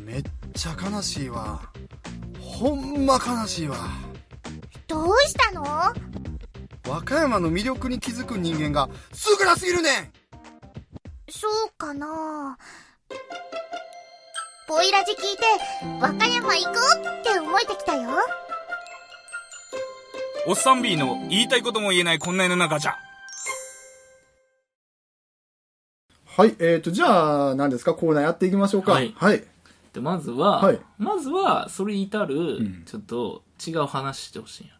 めっちゃ悲しいわほんま悲しいわどうしたの和歌山の魅力に気づく人間が少なすぎるねんそうかなボイラジ聞いて、和歌山行こうって思えてきたよ。おっさん B の言いたいことも言えないこんな世の中じゃ。はい、えーと、じゃあ、何ですか、コーナーやっていきましょうか。はいはい。で、まずは、はいまずは、それに至るん、ちょっと違う話してほしいんや。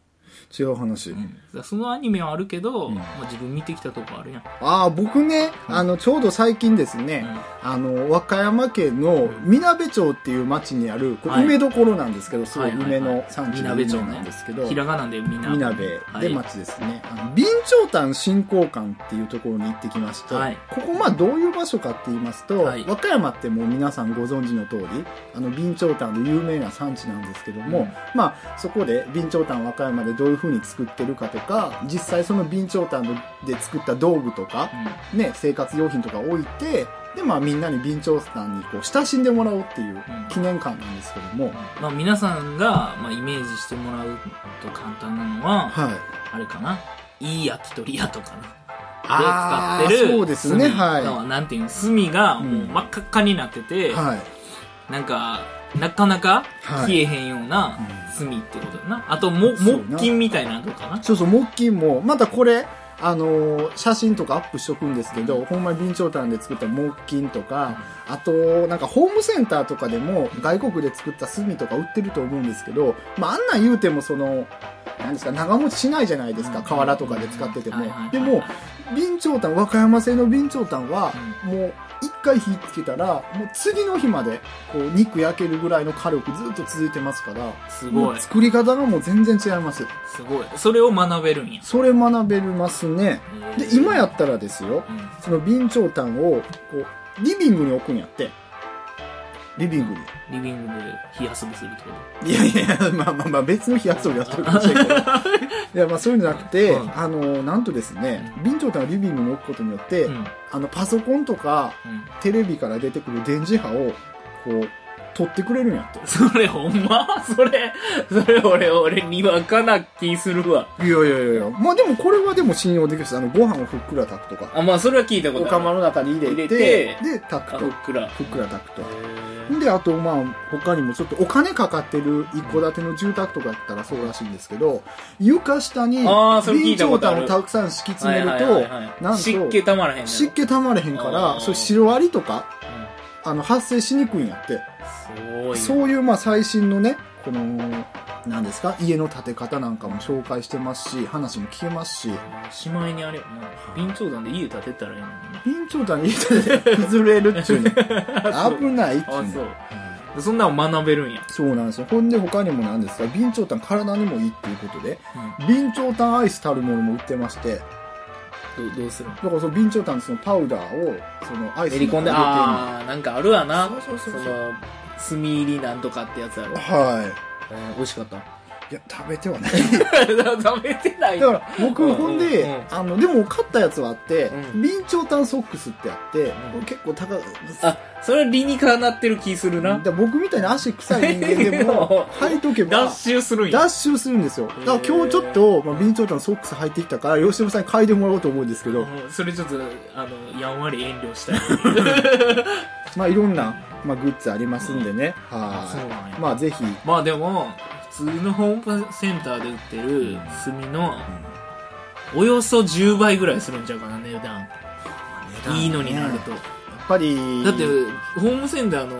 違う話。うんだからそのアニメはあるけど、まあ、自分見てきたとこあるやん。ああ、僕ね、あの、ちょうど最近ですね、あの、和歌山県のみなべ町っていう町にある、こうはい梅どころなんですけど、すごはいいはいはい梅の産地みのなべ梅町ねなんですけど、ひらがなでみなべ。みなべはでい、町ですね。あの備長炭振興館っていうところに行ってきまして、はいここまあどういう場所かって言いますと、はい和歌山ってもう皆さんご存知の通り、あの備長炭で有名な産地なんですけども、うんまあそこで備長炭和歌山でどういう風に作ってるかとか、実際その備長炭で作った道具とか、ね、生活用品とか置いて、でまあみんなに備長炭にこう親しんでもらおうっていう記念館なんですけども、うんまあ、皆さんが、まあ、イメージしてもらうと簡単なのは、はい。あれかな。いい焼き鳥屋とかな。あーで使ってる。そうですね炭はいだからなんていうの、炭がもう真っ赤っかになってて、はい。なんか、なかなかはい冷えへんような炭ってことだな。あと、も、そうな木琴みたいなのとかな。そうそう、木琴も、またこれ、あのー写真とかアップしとくんですけど、ほんまに備長炭で作った木琴とか、あと、なんかホームセンターとかでも外国で作った炭とか売ってると思うんですけど、まああんなん言うてもその、なんですか、長持ちしないじゃないですか、瓦とかで使っててもはいはいはい。でも、備長炭、和歌山製の備長炭は、もう一回火つけたら、もう次の日まで、こう肉焼けるぐらいの火力ずっと続いてますから、すもごうい。作り方がもう全然違います。すごい。それを学べるんや。それ学べますね。で、今やったらですよ、うんその備長炭を、こう、リビングに置くんやって。リビングリビングで火遊びするってことに。いやいや、まあまあまあ、別の日遊びはするかもしれ ないけど。いや、まあそういうんじゃなくて、うんあの、なんとですね、備長炭をリビングに置くことによって、うん。あの、パソコンとか、うん。テレビから出てくる電磁波を、こう、取ってくれるんやって。それほんまそれ、それ俺、俺、にわかな気するわ。いやいやいやいや、まあでもこれはでも信用できるし、あの、ご飯をふっくら炊くとか、あ、まあそれは聞いたおことある。釜の中に入れて、で、炊くとあふっ。くら。ふっくら炊くと。で、あと、まあ、他にもちょっとお金かかってる一戸建ての住宅とかだったらそうらしいんですけど、床下に、あーそれ聞いたことあ備る長炭をたくさん敷き詰めるはいはいはいはと、いなん湿気と、たまらへんのよ湿気たまれへんかあら、ーそういうシロアリとか、うんあの、発生しにくいんやって。すごいそういう、まあ、最新のね、この、なんですか、家の建て方なんかも紹介してますし、話も聞けますし、なしまいにあれよな備長炭で家建てたらいいのに備な長炭に入れ て崩れるっちゅうねん危ないっちゅうあねんそうはいでそんなんを学べるんやそうなんですよ。ほんで他にもなんですが、備長炭体にもいいっていうことで、備長炭アイスたるものも売ってまして、だどどうするのからその備長炭のそのパウダーを、そのアイス練り込んであああなんかあるわなそうそうそうそうの炭入りなんとかってやつやろ、はえー美味しかったい。いや、食べてはない。 食べてないだから僕、うんほんで、うんあの、でも買ったやつはあって、うん備長炭ソックスってあって、これ結構高い。あそれは理にかなってる気するだなから僕みたいな足臭い人間 でも、履いとけば。ダッシュするんや脱臭するんですよ。だから今日ちょっと、まあ、備長炭ソックス履いてきたから、吉野さんに嗅いでもらおうと思うんですけど、もうそれちょっとあのやんわり遠慮したいまあいろんな、まあ、グッズありますんでね。は そうなんやい。まあぜひ、まあでも、普通のホームセンターで売ってる炭の、およそ10倍ぐらいするんちゃうかな、値段。いいのになると。やっぱり、だって、ホームセンターの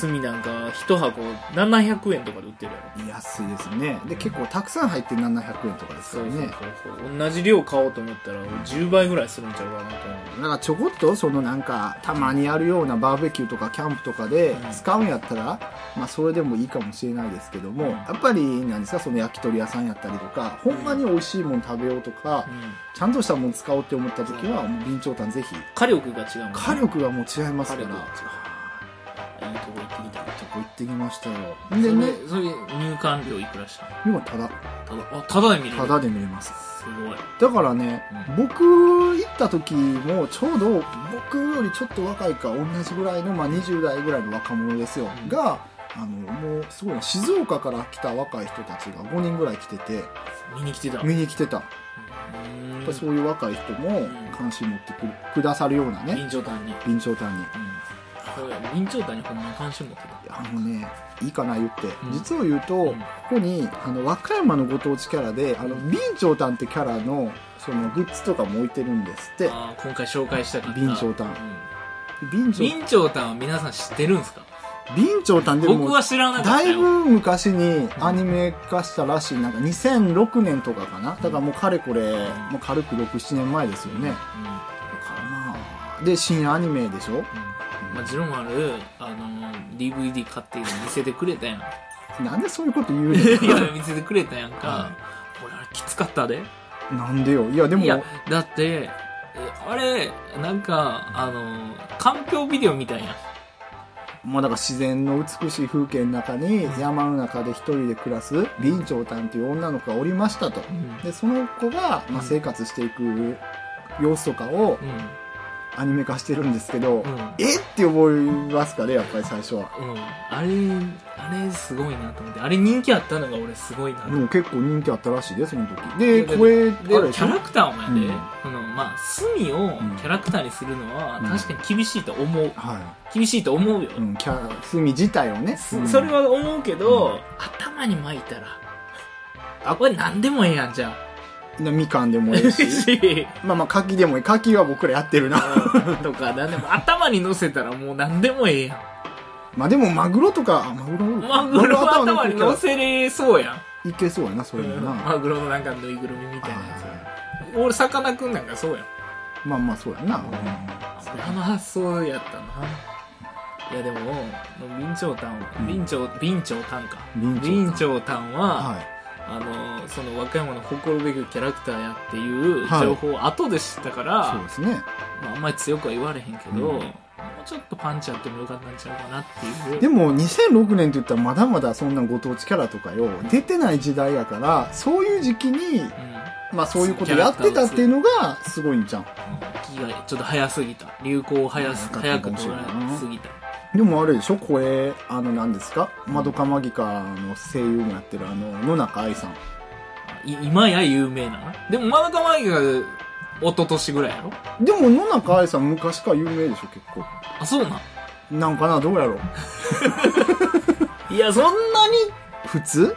炭なんか、一箱700円とかで売ってるやろ。安いですね。で、結構たくさん入って700円とかですそからうね。そうそうそう。同じ量買おうと思ったら、10倍ぐらいするんちゃうかなと思う。なんかちょこっとそのなんかたまにやるようなバーベキューとかキャンプとかで使うんやったら、まあそれでもいいかもしれないですけども、やっぱりなんですかその焼き鳥屋さんやったりとか、ほんまに美味しいもの食べようとか、うん。ちゃんとしたもの使おうって思った時は、もう備長炭ぜひ。火力が違うもんね火力がもう違いますか火力がら。いいとこ行ってきたとこ行ってきましたよででねねそれ入館料いくらしたの今ただただあただで見れるただで見れますすごいだからね、僕行った時もちょうど僕よりちょっと若いか同じぐらいの、まあ、20代ぐらいの若者ですよ、うんがあのもうすごいな静岡から来た若い人たちが5人ぐらい来てて見に来てた見に来てた、やうっんぱそういう若い人も関心持ってくるくださるようなね臨場感に備長炭にうんだから臨場感にほんまに関心持ってたあのねいいかな言って、ん実を言うと、こんこにあの和歌山のご当地キャラであの備長炭ってキャラのそのグッズとかも置いてるんですってあー今回紹介したかった備長炭備長臨長炭は皆さん知ってるんですか備長炭でも僕は知らなかっだたいよぶ昔にアニメ化したらしいなんか2006年とかかなだからもうかれこれもう軽く67年前ですよねだうんからまあで新アニメでしょまあ、ジロマル、あの DVD 買って見せてくれ たやん。なんでそういうこと言うねいや、見せてくれたやんか。俺、あれきつかったで。んなんでよいやでもいや、だって、えあれ、なんか、あの、環境ビデオみたいやん。まあだから自然の美しい風景の中に山の中で一人で暮らす林長丹という女の子がおりましたとうん。でその子がまあ生活していく様子とかをアニメ化してるんですけど、うん。えって思いますかねやっぱり最初はうん。うん。あれ、あれすごいなと思って。あれ人気あったのが俺すごいなとで思って。も結構人気あったらしいでその時でいやこれあでれでキしょャラクターお前で、うんそのまあ隅をキャラクターにするのはうん確かに厳しいと思う、は厳しいと思うよ、い、うん、キャラ隅自体をね、すうんそれは思うけど、うん頭に巻いたら、あ、これ何でもええやん、じゃあ。なみかんでもいい ししまあまあ柿でもいい柿は僕らやってる なとか、何でも、頭に乗せたらもう何でもええやまあでもマグロとかあマグロん。マグロマグ頭に乗せれそうやん。いけそうやなそれもな、マグロのなんかぬいぐるみみたいなはいやつ。俺、さかなクンなんかそうやん。まあまあそうやな、あの発想やったな。いやでも、備長炭は、うん備長、備長炭か。備長炭備長炭は、はいあの、その和歌山の誇るべきキャラクターやっていうはい情報を後で知ったから、そうですねまあ、あんまり強くは言われへんけど、うんもうちょっとパンチあってもよかったんちゃうかなっていう。でも2006年って言ったらまだまだそんなご当地キャラとかよ出てない時代やからそういう時期にうん、まあそういうことやってたっていうのがすごいんじゃん気がちょっと早すぎた。流行を早す、うん早く捉えすぎた。でもあれでしょこれあの何ですか「まどかマギカ」の声優もやってるあの野中愛さんい今や有名なでも、まだかまいが、一昨年ぐらいやろでも野中愛さん昔から有名でしょ結構あ、そうなん。なんかなどうやろういや、そんな普通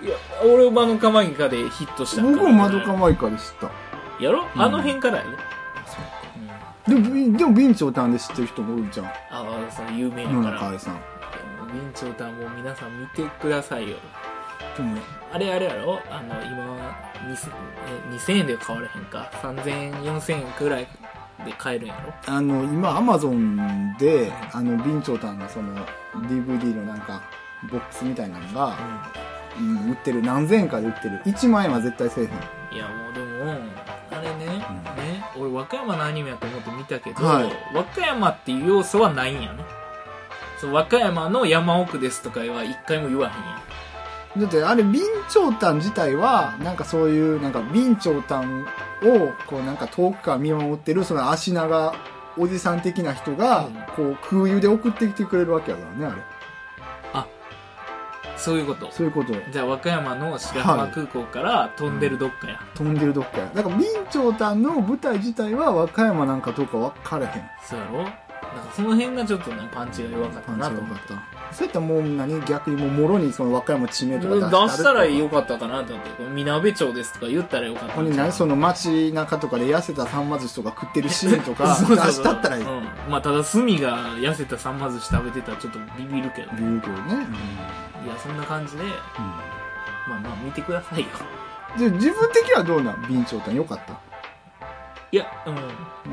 に、いや、俺、まだかまいがでヒットしたん僕もまどかまマギカで知ったやろあの辺からやろ、うんでもビンでもビンチョウタンで知ってる人もおるじゃんああ、その有名や野から。中で愛さんも備長炭も皆さん見てくださいよ。でもあれあれやろあの、今、2000, え2000円で買われへんか。3000円、4000円くらいで買えるんやろあの、今、アマゾンで、あの、備長炭のその、DVD のなんか、ボックスみたいなのが、うん、売ってる。何千円かで売ってる。1万円は絶対せえへん。いや、もうでも、あれね、ね、俺和歌山のアニメやと思って見たけど、はい和歌山っていう要素はないんやね。そう和歌山の山奥ですとかは一回も言わへんやん。だって、あれ、備長炭自体は、なんかそういう、なんか、備長炭を、こう、なんか遠くから見守ってる、その足長、おじさん的な人が、こう、空輸で送ってきてくれるわけやからね、あれ。そういうこと。そういうこと。じゃあ和歌山の白浜空港から飛んでるどっかや。飛んでるどっかや。だから、備長炭の舞台自体は、和歌山なんかどうか分からへん。そうやろなんかその辺がちょっとね、パンチが弱かったパンチながと良思かっっ。てた。そういったらもう何逆にもうもろにその和歌山地名とか出したらよこかったかなと思って、これ、みなべ町ですとか言ったらよかったこに何その街中とかで痩せた三ンマ寿司とか食ってるシーンとか そう出そうそしうたったらいい。うん。まあ、ただ、隅が痩せたさんま寿司食べてたらちょっとビビるけど。い言うけどね。や、そんな感じで、まあまあ、見てくださいよ。で、自分的にはどうなん備長炭良かった。いや、うん。ま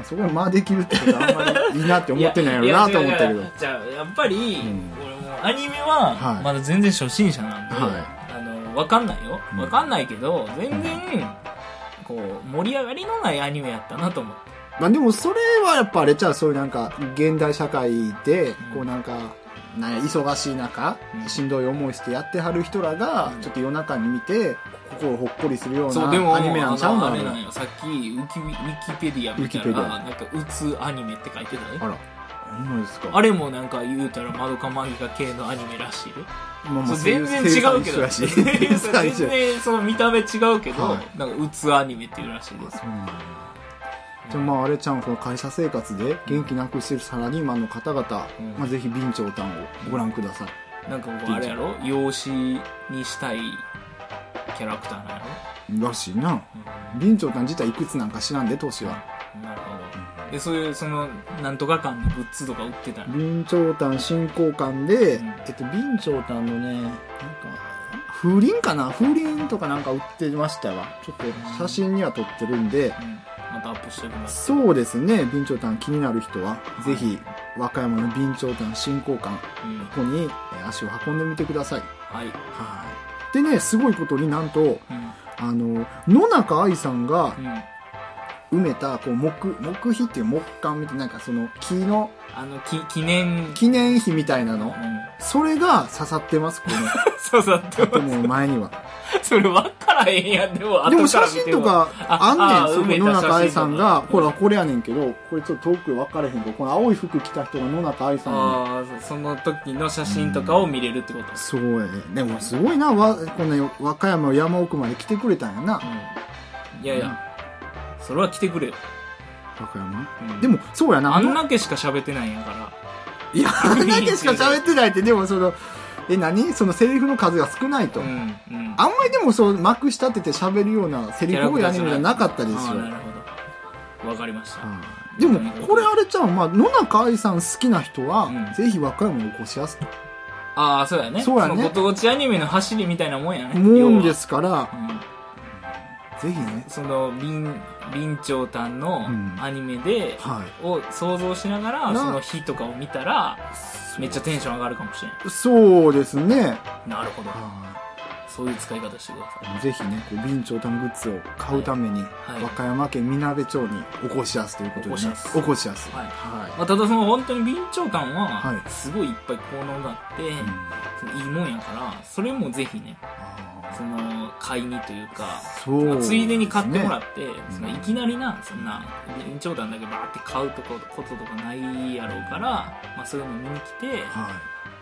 あそこにまあできるってことはあんまりいいなって思ってないやろやなと思ったけど。。いはやじゃあ、やっぱり、ん俺もアニメはは、いまだ全然初心者なんで、はあの、わかんないよ。うんわかんないけど、全然、こう、盛り上がりのないアニメやったなと思って。まあでもそれはやっぱあれちゃう、そういうなんか現代社会で、こうなんか、なんや忙しい中、しんどい思いしてやってはる人らが、ちょっと夜中に見て、心ほっこりするようそなうでもアニメなんちゃうあののあれなんよさっきウキウィキペディアみたウィキいペディアななんか「うつアニメ」って書いてたねあら、ほんまですか。あれもなんか言うたらマドカマギカ系のアニメらしいよまあまあそう全然違うけど生産一緒 やし生産一 全緒やし然その見た目違うけど、はなんかうつアニメっていうらしいですそうなんだでもまああれちゃんこの会社生活で元気なくしてるサラリーマンの方々、うんまあ、ぜひ備長炭をご覧くださいなんかこうあれやろ養子にしたいキャラクターなんやらしいな備長炭自体いくつなんか知らんで年はろなるほどでそういうそのなんとか感のグッズとか売ってたの備長炭振興館で、うんえっと備長炭のねなんか風鈴かな風鈴とかなんか売ってましたわちょっと写真には撮ってるんで、うんまたアップしておきますそうですね備長炭気になる人は、ぜひ和歌山の備長炭振興館うんここにえー足を運んでみてくださいはい、うはい。でね、すごいことになんと、んあの、野中愛さんがうん、埋めた、こう、木、木碑っていう木管みたいな、なんかその、木の、あのき記念記念碑みたいなうの。んそれが刺さってます、こ刺さってのま建物前には。す。それ分からへんやん、でも、でも 後か写ら見て真もと。かああんねん、そあこ埋めた野中愛さんが、写真とかほら、これやねんけど、これちょっと遠く分からへんけど、この青い服着た人が野中愛さんのああ、その時の写真とかを見れるってことです。すごいね。でもすごいな、わ、この和歌山の山奥まで来てくれたんやな。うん。いやいや、それは来てくれよ。和歌山うんでも、そうやな、あんだけしか喋ってないんやから。いや、あんだけしか喋ってないって、でもその、え、何そのセリフの数が少ないと。うん、うん。あんまりでもそう、まくし立てて喋るようなセリフをやるんじゃなかったですよ。あーなるほど。わかりました。はいでも、これあれちゃう、まあ、野中愛さん好きな人は、うんぜひ和歌山を起こしやすとああ、そうやね。そうやねのご当地アニメの走りみたいなもんやね。。思うんですすから、うんぜひね、その、林、林長丹のうんアニメで、はを想像しながら、な。その日とかを見たら、めっちゃテンション上がるかもしれないそうですね。い。なるほど。はそういう使い方してください。いぜひね、こう、備長炭グッズを買うために、はい和歌山県みなべ町に起こしやすということで、ね、起こしやす起こしやす。はいはいまあ、ただその本当に備長炭はは、いすごいいっぱい効能があって、そのいいもんやから、それもぜひね、あーその、買いにというか、そうですねついでに買ってもらって、んそのいきなりな、そんな、備長炭だけバーって買うとここととかないやろうから、まあそういうの見に来て、はい。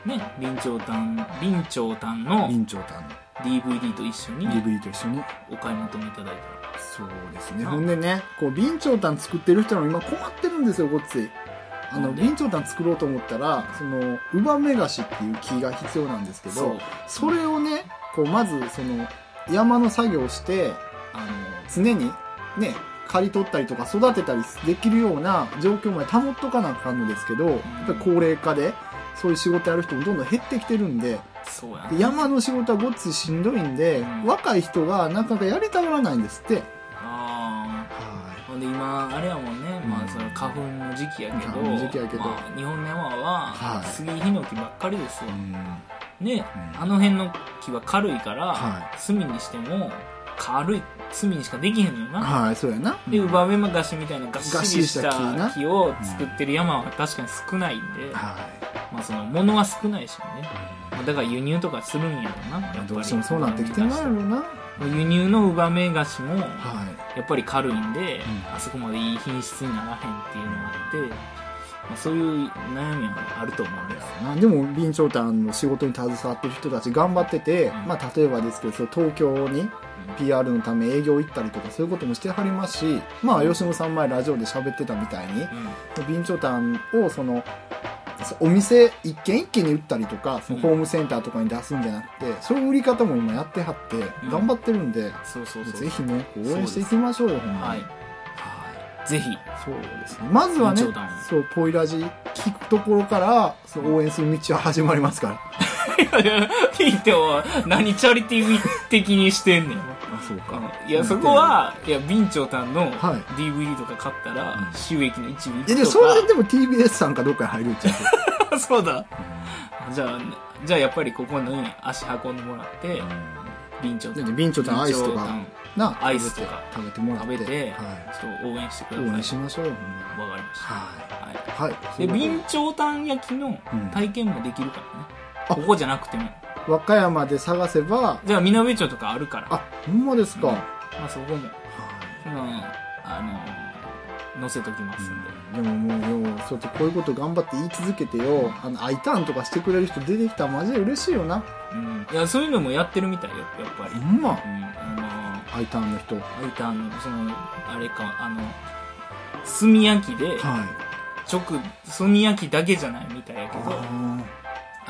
ね、備長炭、備長炭の院長とあの DVD と一緒に DVD と一緒にお買い求めいただいそうですねほんでねこう備長炭作ってる人も今困ってるんですよごっついあのなんで備長炭作ろうと思ったらそのウバメガシっていう木が必要なんですけたら。どそれをねこうまずその山の作業をしてあの常にね刈り取ったりとか育てたりできるような状況まで保っとかなあかんのですけどやっぱり高齢化でそういう仕事やる人もどんどん減ってきてるんでそうやでね。山の仕事はごっついしんどいんで、うん若い人がなかなかやりたがらないんですって。ああ。はほんで今、あれやもんね、まあその花粉の時期やけど、花粉の時期やけどまあ、日本の山ははい杉ヒノキばっかりですわ。い。ね、んあの辺の木は軽いから、は炭にしても軽い、炭にしかできへんのよな。はい、そうやな。で、ウバメマガシみたいながっしりしがっしりしたた木木を作ってる山は確かに少ないんはで、い。まあその物は少ないしね。まあ、だから輸入とかするんやろな。やっぱりどうしてもそうなってきてないろな。輸入のウバメガシも、はやっぱり軽いんで、んあそこまでいい品質にならへんっていうのがあって、まあ、そういう悩みはあると思うんですい。なでも、備長炭の仕事に携わってる人たち頑張ってて、んまあ、例えばですけど、そう東京に PR のため営業行ったりとかそういうこともしてはりますし、まあ、吉野さん前ラジオで喋ってたみたいに、備長炭をそのそお店一軒一軒に売ったりとかそのうんホームセンターとかに出すんじゃなくて、そういう売り方も今やってはってん頑張ってるんで、そうそうそうぜひね応援していきましょうよほんまはに、いぜひ そうですねまずはね備長炭そうポイラジ聞くところからその応援する道は始まりますから、聞いても何チャリティー的にしてんねんあそういやそこはいや備長炭のはい DVD とか買ったら収益の一部いいやでもそれでも TBS さんかどっかに入るんちゃう そうだじゃあじゃあやっぱりここに足運んでもらって備長だっ炭て備長炭アイスとか備長炭なアイスとか食べてもらっ食てべて、はちょっと応援してくい、ださい応援しましょうよほんまにわかりました、ははいい、はい、で備長炭焼きの体験もできるからね、うんここじゃなくても和歌山で探せばじゃあみなべ町とかあるからあほんまですか、うんはまあ、そこもそのあの載せときますんで、いでももうようそうやってこういうこと頑張って言い続けてよあの I ターンとかしてくれる人出てきたらマジで嬉しいよなうんいやそういうのもやってるみたいよやっぱり、ほうんんまあ I ターンの人はのあいたあのそのあれかあの炭焼きでい直炭焼きだけじゃないみたいやけどあ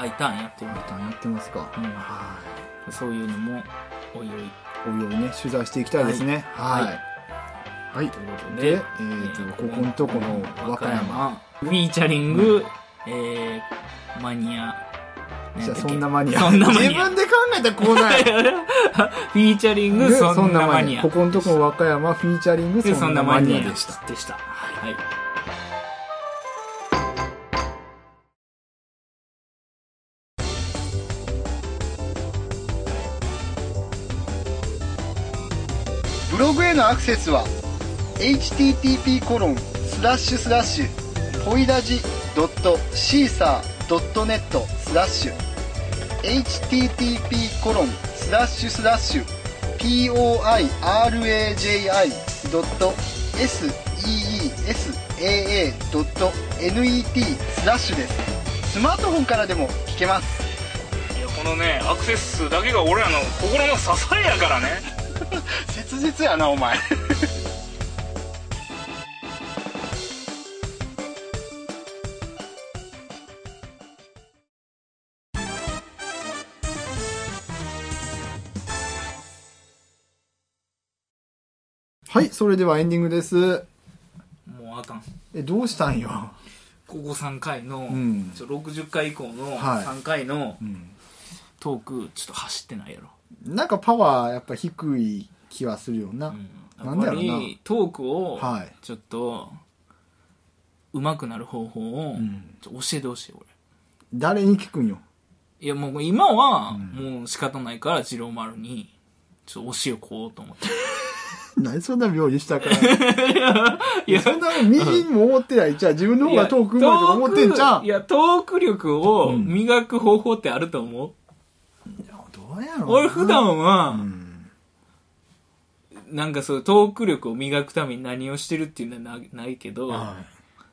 あいたんやってるあ I ターンやってますか、うんはいそういうのもおいおいおいおいね取材していきたいですねはいはい、ということででえーとここんとこの和歌山フィーチャリング、えー、マニアじゃあだっけそんなマニアそんなマニア 自分で考えたコーナーやフィーチャリングでそんなマニアここんとこ和歌山フィーチャリングでそんなマニアでしたでしたはい、ブログへのアクセスは http コロンスラッシュスラッシュポイラジドットシーサードットネットスラッシュ http コロンスラッシュスラッシュ poiraji ドット seesaa ドット net スラッシュですスマートフォンからでも聞けますいやこのねアクセス数だけが俺らの心の支えやからね切実やなお前はいそれではエンディングですもうあかんえどうしたんよ、ここ3回の、んちょ60回以降のはい3回のうん、トークちょっと走ってないやろ、なんかパワーやっぱ低い気はするよな、う、なんんでややっろぱうなりトークをはいちょっと上手くなる方法をんちょっと教えてほしい俺誰に聞くんよ いやもう今はもう仕方ないから二郎丸にちょっと教えをこうと思って何そんな妙にしたから いやそんな右にも思ってないじゃあ自分の方がトークうまいとか思ってんじゃトークんいや、トーク力を磨く方法ってあると思う、どうやろうな俺普段は、うんなんかそういうトーク力を磨くために何をしてるっていうのはなないけど、はい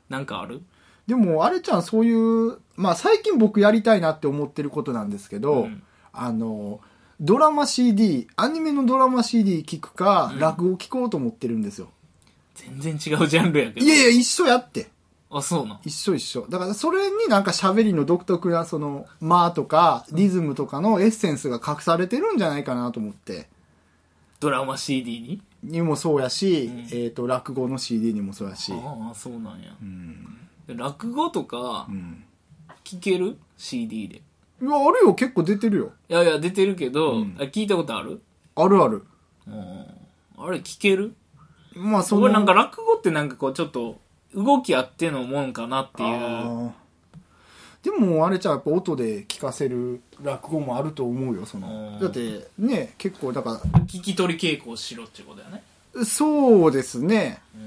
なんかあるでも、あれちゃん、そういう、まあ、最近僕やりたいなって思ってることなんですけど、うんあの、ドラマ CD、アニメのドラマ CD 聞くか、落語聞こうと思ってるんですよ。全然違うジャンルやけど。いやいや、一緒やって。あ、そうなん。一緒一緒。だから、それになんか喋りの独特な、その、間とか、リズムとかのエッセンスが隠されてるんじゃないかなと思って。ドラマ CD ににもそうやし、んえっ、と、落語の CD にもそうやし。ああ、そうなんや。うん。で落語とかうん。聞ける ?CD で。いいや、あるよ、結構出てるよ。やいや、出てるけど、うんあ聞いたことあるあるある。うんあれ聞けるまあ、そ俺なんか落語ってなんかこうちょっと動きあってのもんかなっていう。あーでもあれじゃうやっぱ音で聞かせる落語もあると思うよそうんのだってね結構だか聞き取り稽古をしろっていうことだよね。らそうですねう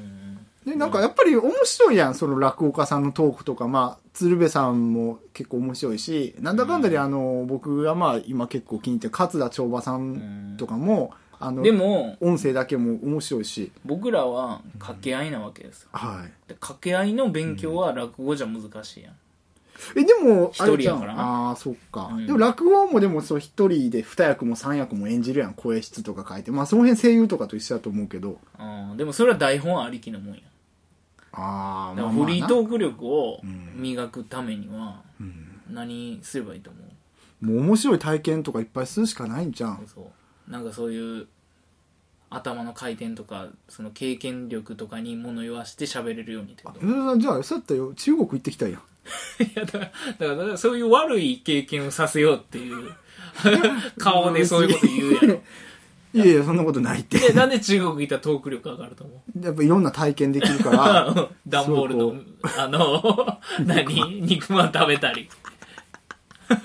ん。でなんかやっぱり面白いやんその落語家さんのトークとかまあ鶴瓶さんも結構面白いしなんだかんだであの僕がまあ今結構気に入ってる桂長馬さんとかもあのでも、音声だけも面白いし僕らは掛け合いなわけですよ。はいで掛け合いの勉強は落語じゃ難しいやん。えでもあれ一人じゃやんからああーそっか、うんでも落語もでもそう一人で二役も三役も演じるやん声質とか書いてまあその辺声優とかと一緒だと思うけどうんでもそれは台本ありきのもんや。ああだまあかまらフあリーなトーク力を磨くためには何すればいいと思うもう面白い体験とかいっぱいするしかないんじゃんそうなんかそういう頭の回転とかその経験力とかに物言わして喋れるようにってこと 吉田さんじゃあそうやったら中国行ってきたんやんいやだからだからだからそういう悪い経験をさせようっていう 顔でそういうこと言うや ろいやいやそんなことないって でなんで中国行ったらトーク力上がると思うやっぱいろんな体験できるから 段ボールのあ の何肉まん食べたり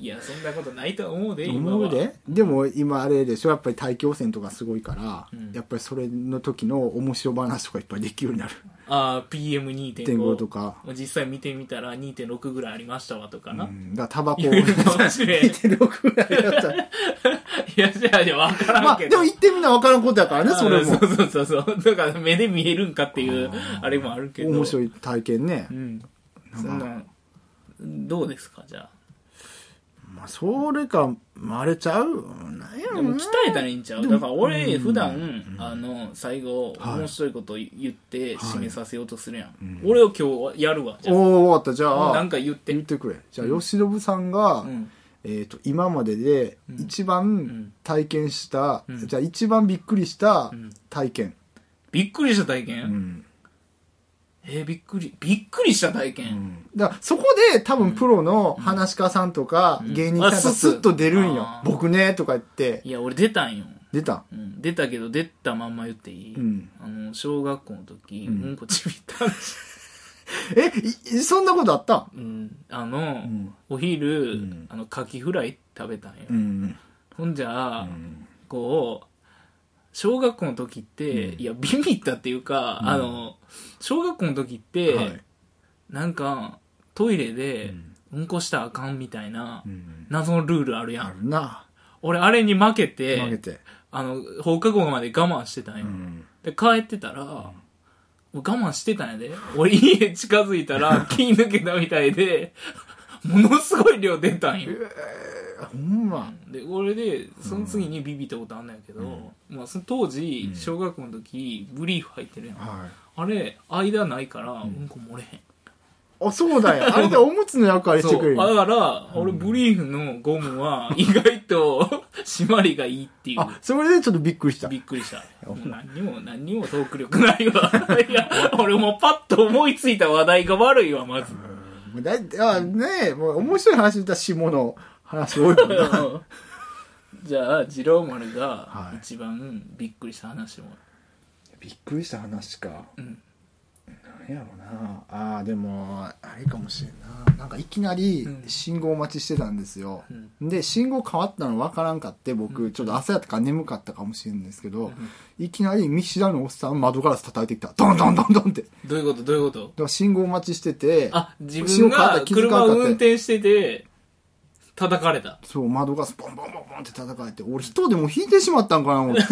いや、そんなことないと思うで、今は。思うででも今あれでしょやっぱり大気汚染とかすごいから、うんやっぱりそれの時の面白話とかいっぱいできるようになるああ、PM2.5。 2.5とか実際見てみたら2.6ぐらいありましたわとかな。うんだからタバコを言うかもしれん。い2.6ぐらいだ ったらや、じゃあ、じゃあ分からんまあけでど。も言ってみんな分からんことやからねそれ あもーそうそうそうそう。だから目で見えるんかっていう、あれもあるけど。面白い。い体験ねう、ん。そんな、どうですか、じゃあ。まあ、それかまああれちゃううんなんやでろもな鍛えたらいいんちゃうだから俺、普段、あの、最後、面白いこと言って、締めさせようとするやん。俺を今日やるわ、じゃあ。おお終わったじゃあなんか言って言ってくれじゃあ吉信さんが、んえー、と今までで一番ん体験した、じゃあ一番びっくりした体験、びっくりした体験、んえーびっくり、びっくりした体験、だからそこで多分プロの話し家さんとか芸人さんがあそうスそうッと出るんよあ。ー僕ね、とか言ってい。や、俺出たんよ。出た。うん、出たけど、出たまんま言っていい、うんあの、小学校の時、うんこちびったんです え、いそんなことあったうん、あの、お昼、あの、カキフライ食べたんよ。うん。ほんじゃあ、こう、小学校の時って、いや、ビビったっていうか、あの、小学校の時って、はいなんか、トイレで、うんこしたらあかんみたいな、謎のルールあるやん。な俺、あれに負けあ、て、負けて。あの、放課後まで我慢してたんよ。んで、帰ってたら、もう我慢してたんやで。俺、家近づいたら、気抜けたみたいで、ものすごい量出たんよ。ほんま。で俺でその次にビビったことあんなんやけど、まあ、その当時小学校の時ブリーフ入ってるやん、はい。あれ間ないからうんこ漏れへん、あ、そうだよ。あれでおむつの役割してくそれうる。だあから俺ブリーフのゴムは意外と 締まりがいいっていうそれでちょっとびっくりしたび。っくりしたもう何にも何にもトーク力ないわいや俺もうパッと思いついた話題が悪いわまずもうだいあねえ、もう面白い話だ下の話多いもんなじゃあ次郎丸がはい一番びっくりした話も、 びっくりした話か。んなんやろな。ああ、でも、あれかもしれんな。なんかいきなりん信号待ちしてたんですよ。んで、信号変わったの分からんかって、僕、ちょっと朝やったから眠かったかもしれんですけど、いきなり見知らぬおっさん窓ガラス叩いてきた。ドンドンドンドンって。だかどういうことどういうことら信号待ちしてて、あ、自分が車を運転してて、叩かれた。そう、窓ガラスボンボンボンボンって叩かれて、俺人でも引いてしまったんかな思 って。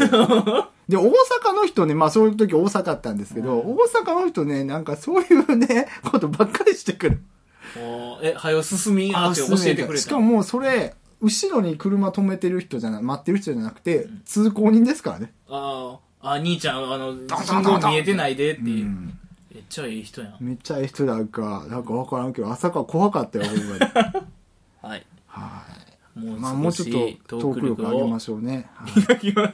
で、大阪の人ね、まあそういう時大阪だったんですけど、大阪の人ね、なんかそういうね、 ことばっかりしてくる。おーえ、はよ進みやって教えてくれた。しかももうそれ、後ろに車止めてる人じゃな、待ってる人じゃなくて、通行人ですからね。あーあ、兄ちゃん、あドの、ンド信ンド号ンドン見えてないでっていう。めっちゃいい人やん。めっちゃええ人だか、なんかわからんけど、朝から怖かったよ、ほんまに。 はい。はもい。まあもうちょっとトーク力上げまししょうね。 はいょ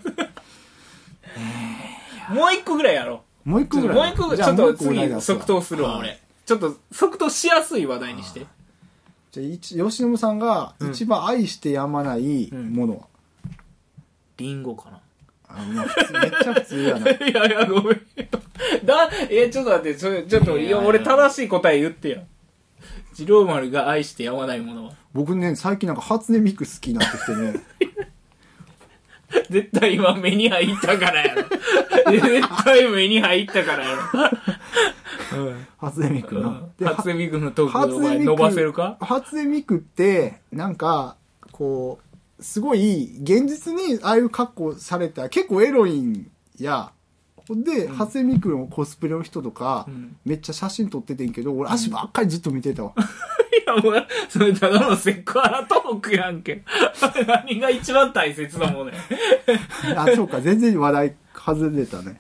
う。もう一個ぐらいやろもう一う。個ぐらい。もう一個、じちゃあょっもうと一個ぐらい出次すわ即答するわ、はい俺。ちょっと即答しやすい話題にして。じゃあ一、吉野さんが一番愛してやまないものは、リンゴかな。あもう普通めっちゃ普通や な。いやいや、ごめん。だ、 え、ちょっと待って、それちょっと、いや、俺正しい答え言ってよ。次郎丸が愛してやまないものは。僕ね、最近なんか初音ミク好きになってきて ね。絶対今目に入ったか らやろ。絶対目に入ったからや初音ミクろ。うな。んで初音ミクのトーク初をお音ミ前ク伸ばせるか初音ミクってなんかこうすごい現実にああいう格好された結構エロいんやほんで、初音ミクのコスプレの人とか、んめっちゃ写真撮っててんけど俺足ばっかりずっと見てたわ、いや、もう、それただのセクハラトークやんけ。 何が一番大切なもんね。あそうか全然話題外れたね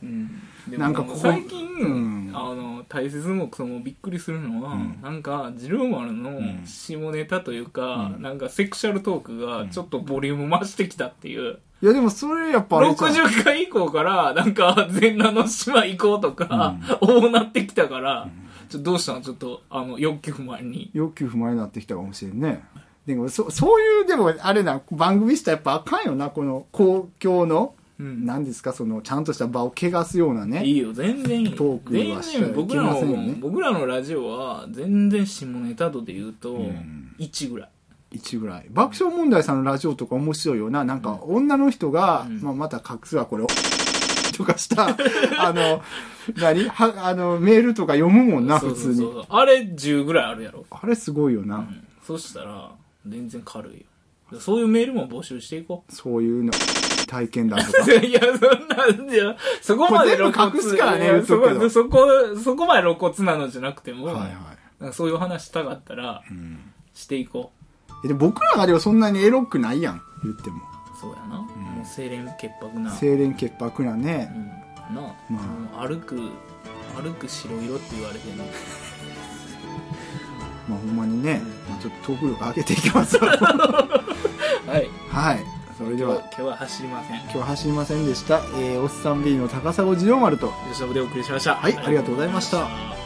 で もなんかここ最近、うんあの大切もくそもびっくりするのは、なんかジルーマルの下ネタというか、なんかセクシャルトークがちょっとボリューム増してきたっていう、いやでもそれやっぱあれじゃん60回以降からなんか全裸の島行こうとか、 多なってきたから、ちょっとどうしたのちょっとあの欲求不満に要求不満になってきたかもしれんねでもそそういうでもあれな番組したらやっぱあかんよなこの公共の、うんなんですかそのちゃんとした場を汚すようなねいいよ全然いいトークはしてはい全然僕らけませんよねの僕らのラジオは全然下ネタ度で言うと1ぐらい、 1ぐらい。爆笑問題さんのラジオとか面白いよな。なんか、女の人が、まあ、また隠すわ、これを。 とかした、あの、何は、あの、メールとか読むもんな、そ普うそ通うそうに。あれ10ぐらいあるやろ。あれすごいよな。そしたら、全然軽いよ。そういうメールも募集していこう。 そういうの、体験談とか。いや、そんなんじゃ、そこまで露これ全部骨隠すからねいや言っそとくけこ、どそこ、そこまで露骨なのじゃなくても、はいはい。なんかそういう話したかったら、していこえでも僕らがでもそんなにエロくないやん、言っても。う。そうやな。もう清廉潔白な。清廉潔白なね。うん。なあ、まあもう歩く、歩く白色って言われてるの。まあ、ほんまにね、まあちょっとトーク力上げていきますわ はい。はい。それで今日は、今日は走りません。今日は走りませんでした。えー、おっさん B の高砂次郎丸と、吉田部でお送りしました。はいありがとうございました。